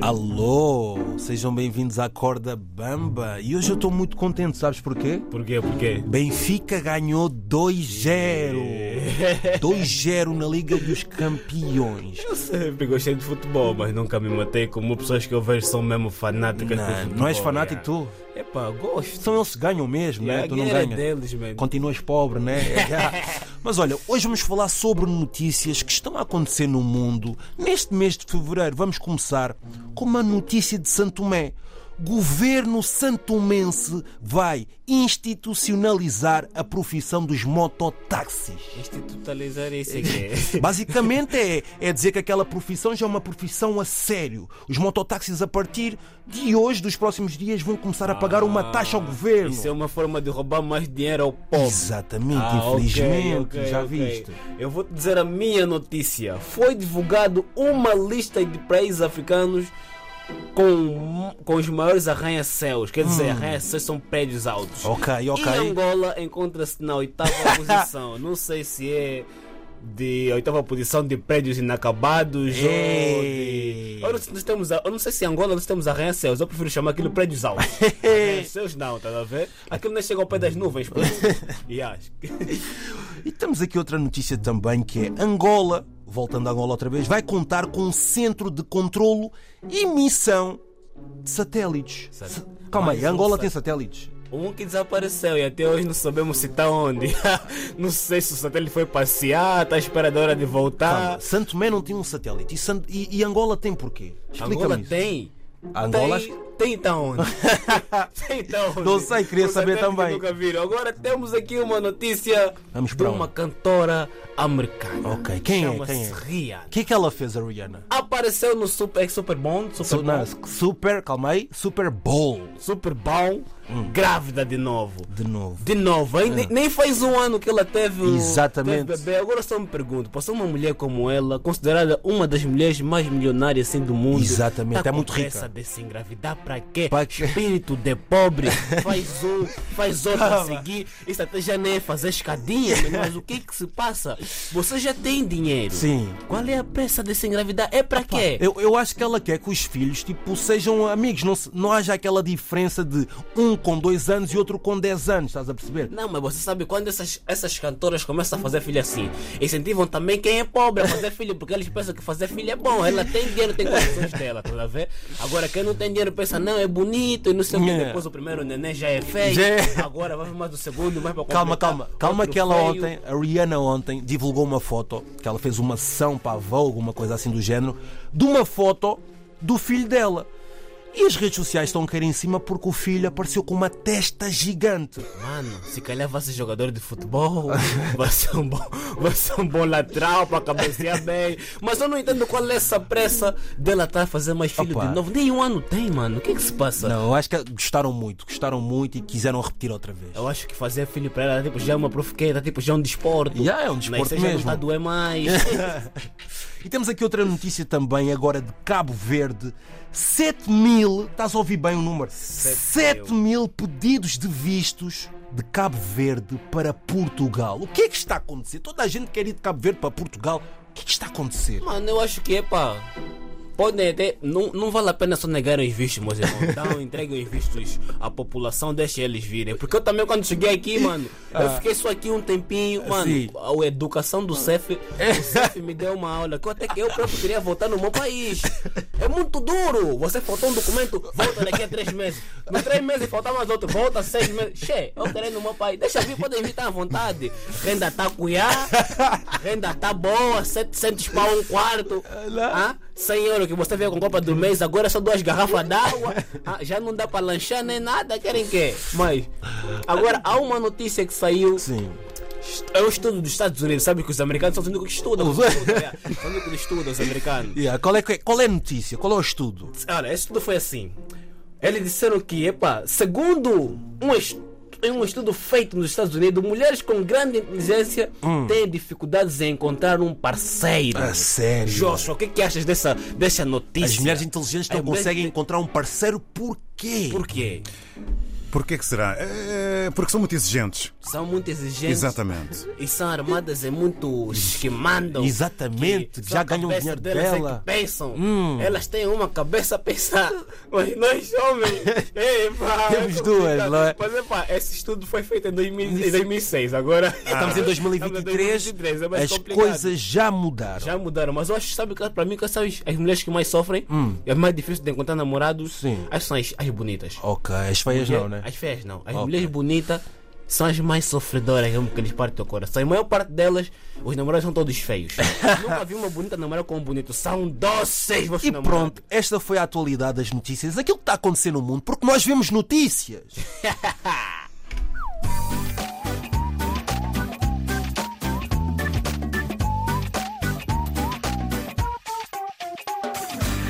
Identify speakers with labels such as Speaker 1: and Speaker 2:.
Speaker 1: Alô, sejam bem-vindos à Corda Bamba. E hoje eu estou muito contente, sabes porquê?
Speaker 2: Porquê? Porquê?
Speaker 1: Benfica ganhou 2-0. 2-0 na Liga dos Campeões.
Speaker 2: Eu sempre gostei de futebol, mas nunca me matei como pessoas que eu vejo são mesmo fanáticas de
Speaker 1: Não,
Speaker 2: futebol.
Speaker 1: não és fanático tu?
Speaker 2: É Epá, gosto.
Speaker 1: São eles que ganham mesmo,
Speaker 2: Yeah,
Speaker 1: né? Tu não
Speaker 2: a guerra é
Speaker 1: ganhas.
Speaker 2: deles, man.
Speaker 1: Continuas pobre, né? Mas olha, hoje vamos falar sobre notícias que estão a acontecer no mundo. Neste mês de fevereiro, vamos começar com uma notícia de Santomé. Governo santomense vai institucionalizar a profissão dos mototáxis.
Speaker 2: Institutalizar isso é aqui.
Speaker 1: Basicamente é, é dizer que aquela profissão já é uma profissão a sério. Os mototáxis, a partir de hoje, dos próximos dias, vão começar a pagar uma taxa ao governo.
Speaker 2: Isso é uma forma de roubar mais dinheiro ao povo.
Speaker 1: Exatamente,
Speaker 2: Ah, ok,
Speaker 1: infelizmente,
Speaker 2: ok,
Speaker 1: já
Speaker 2: ok.
Speaker 1: viste.
Speaker 2: Eu vou te dizer a minha notícia. Foi divulgado uma lista de países africanos com, com os maiores arranha-céus. Quer dizer, arranha-céus são prédios altos.
Speaker 1: Hum. Ok, ok.
Speaker 2: E Angola encontra-se na oitava posição. Não sei se é de oitava posição de prédios inacabados ou
Speaker 1: Ei.
Speaker 2: de... Eu não, sei se nós temos a- eu não sei se em Angola nós temos arranha-céus. Eu prefiro chamar aquilo prédios altos. arranha-céus não, tá a ver? Aquilo nem chega ao pé das nuvens. pô. e acho que...
Speaker 1: E temos aqui outra notícia também que é Angola, voltando a Angola outra vez, vai contar com um centro de controlo e missão de satélites.
Speaker 2: Sat-
Speaker 1: Sa- Calma aí,
Speaker 2: Mais um
Speaker 1: Angola
Speaker 2: sat-
Speaker 1: tem satélites.
Speaker 2: Um que desapareceu e até hoje não sabemos se está onde. não sei se o satélite foi passear, está à espera da hora de voltar.
Speaker 1: Calma, Santo Tomé não tem um satélite. E, Sant- e- e Angola tem porquê?
Speaker 2: Angola
Speaker 1: Explica-me isso.
Speaker 2: tem.
Speaker 1: Angola-
Speaker 2: Tem, tem então onde? tem então onde?
Speaker 1: Não sei, queria
Speaker 2: Os
Speaker 1: saber
Speaker 2: satélites
Speaker 1: também.
Speaker 2: Nunca viram. Agora temos aqui uma notícia
Speaker 1: Vamos
Speaker 2: de
Speaker 1: pra onde?
Speaker 2: uma cantora americana.
Speaker 1: Ok, quem é?
Speaker 2: Chama-se
Speaker 1: Quem é?
Speaker 2: Rihanna.
Speaker 1: O que é que ela fez, a Rihanna?
Speaker 2: Apareceu no Super, é Super Bond, Super
Speaker 1: Su-
Speaker 2: Bond.
Speaker 1: não, super, calma aí, Super Bowl.
Speaker 2: Super Bom,
Speaker 1: Hum.
Speaker 2: grávida de novo.
Speaker 1: De novo. É.
Speaker 2: De novo, hein? Nem- nem faz um ano que ela teve o
Speaker 1: Exatamente.
Speaker 2: teve bebê. Agora só me pergunto, passou uma mulher como ela, considerada uma das mulheres mais milionárias assim do mundo.
Speaker 1: Exatamente,
Speaker 2: tá
Speaker 1: é muito
Speaker 2: com
Speaker 1: rica.
Speaker 2: pressa de se engravidar para quê?
Speaker 1: Pra quê?
Speaker 2: Espírito de pobre, faz um, faz outro a seguir. Isso até já nem é fazer escadinha, menino, mas o que que se passa? Você já tem dinheiro.
Speaker 1: Sim.
Speaker 2: Qual é a pressa de se engravidar? É para quê?
Speaker 1: Eu, eu acho que ela quer que os filhos tipo, sejam amigos, não, se- não haja aquela diferença de um com dois anos e outro com dez anos, estás a perceber?
Speaker 2: Não, mas você sabe quando essas, essas cantoras começam a fazer filho assim, incentivam também quem é pobre a fazer filho, porque eles pensam que fazer filho é bom, ela tem dinheiro, tem condições dela, tá a ver? Agora quem não tem dinheiro pensa, não, é bonito e não sei o que,
Speaker 1: Yeah.
Speaker 2: depois o primeiro neném já é feio,
Speaker 1: Já é.
Speaker 2: agora vai mais do segundo, mais pra
Speaker 1: Calma,
Speaker 2: completar,
Speaker 1: calma, calma
Speaker 2: outro
Speaker 1: que ela
Speaker 2: feio.
Speaker 1: ontem, a Rihanna ontem divulgou uma foto, que ela fez uma sessão para a Vogue, uma coisa assim do género, de uma foto do filho dela. E as redes sociais estão a cair em cima porque o filho apareceu com uma testa gigante.
Speaker 2: Mano, se calhar vai ser jogador de futebol, vai ser um bom, vai ser um bom lateral pra cabecear bem. Mas eu não entendo qual é essa pressa dela estar a fazer mais filho
Speaker 1: Opa.
Speaker 2: de novo. Nem um ano tem, mano. O que que se passa?
Speaker 1: Não, eu acho que gostaram muito, gostaram muito e quiseram repetir outra vez.
Speaker 2: Eu acho que fazer filho para ela tipo, já é uma profequeira, tipo, já é um desporto.
Speaker 1: Yeah, é um desporto
Speaker 2: Mas já não
Speaker 1: mesmo.
Speaker 2: está a doer mais.
Speaker 1: E temos aqui outra notícia também, agora de Cabo Verde. 7 mil, estás a ouvir bem o número? 7 mil pedidos de vistos de Cabo Verde para Portugal. O que é que está a acontecer? Toda a gente quer ir de Cabo Verde para Portugal. O que é que está a acontecer?
Speaker 2: Mano, eu acho que é pá. Podem até. Não, não vale a pena só negarem os vistos, meus irmãos. Dão, entreguem os vistos à população, deixem eles virem. Porque eu também, quando cheguei aqui, mano, eu fiquei só aqui um tempinho. Mano,
Speaker 1: Ah. Sim.
Speaker 2: a a educação do CEF, o CEF me deu uma aula que eu até que eu próprio queria voltar no meu país. É muito duro. Você faltou um documento, volta daqui a três meses. Nos três meses faltar mais outro, volta seis meses. Che, eu queria ir no meu país. Deixa vir, podem vir, tá à vontade. Renda tá cuiá. A renda tá boa, 700 pau um quarto. Ah, 100 euros que você veio com Copa do Mês, agora é só duas garrafas d'água. Ah, já não dá pra lanchar nem nada, querem quê? Mas, agora há uma notícia que saiu.
Speaker 1: Sim.
Speaker 2: É o estudo dos Estados Unidos, sabe que os americanos são os únicos que estudam. Os únicos, é. São os únicos que estudam, os americanos.
Speaker 1: Yeah, qual, é, que- qual é a notícia? Qual é o estudo?
Speaker 2: Olha, isso tudo foi assim. Eles disseram que, epa, segundo um, est- um estudo feito nos Estados Unidos, mulheres com grande inteligência têm dificuldades em encontrar um parceiro.
Speaker 1: A sério?
Speaker 2: Joshua, o que, que achas dessa, dessa notícia?
Speaker 1: Ah, As mulheres inteligentes não
Speaker 2: É, mas-
Speaker 1: conseguem encontrar um parceiro. Porquê?
Speaker 2: Por quê?
Speaker 3: Por que que será? É, É porque são muito exigentes.
Speaker 2: São muito exigentes.
Speaker 3: Exatamente.
Speaker 2: E são armadas em muitos que mandam.
Speaker 1: Exatamente,
Speaker 2: que
Speaker 1: já
Speaker 2: só a
Speaker 1: ganham
Speaker 2: cabeça
Speaker 1: dinheiro
Speaker 2: delas é
Speaker 1: dela. Hum.
Speaker 2: que pensam. Elas têm uma cabeça a pensar. Mas nós, homens. ei, pá, é
Speaker 1: Temos duas,
Speaker 2: complicado.
Speaker 1: não é?
Speaker 2: Mas epá, esse estudo foi feito em, 2000, em 2006. Agora.
Speaker 1: Ah, Estamos em 2023,
Speaker 2: 2023, é mais
Speaker 1: as
Speaker 2: complicado.
Speaker 1: coisas já mudaram.
Speaker 2: Já mudaram, mas eu acho, sabe, que para mim, que são as as mulheres que mais sofrem. É mais difícil de encontrar namorados.
Speaker 1: Hum. Sim.
Speaker 2: As são as, as bonitas.
Speaker 1: Ok, as feias não, né?
Speaker 2: As feias não. As mulheres bonitas são as mais sofredoras, mesmo que eles partem do coração. E a maior parte delas, os namorados são todos feios. Nunca vi uma bonita namorar com um bonito. São doces, vocês
Speaker 1: E pronto, esta foi a atualidade das notícias, aquilo que está acontecendo no mundo, porque nós vemos notícias.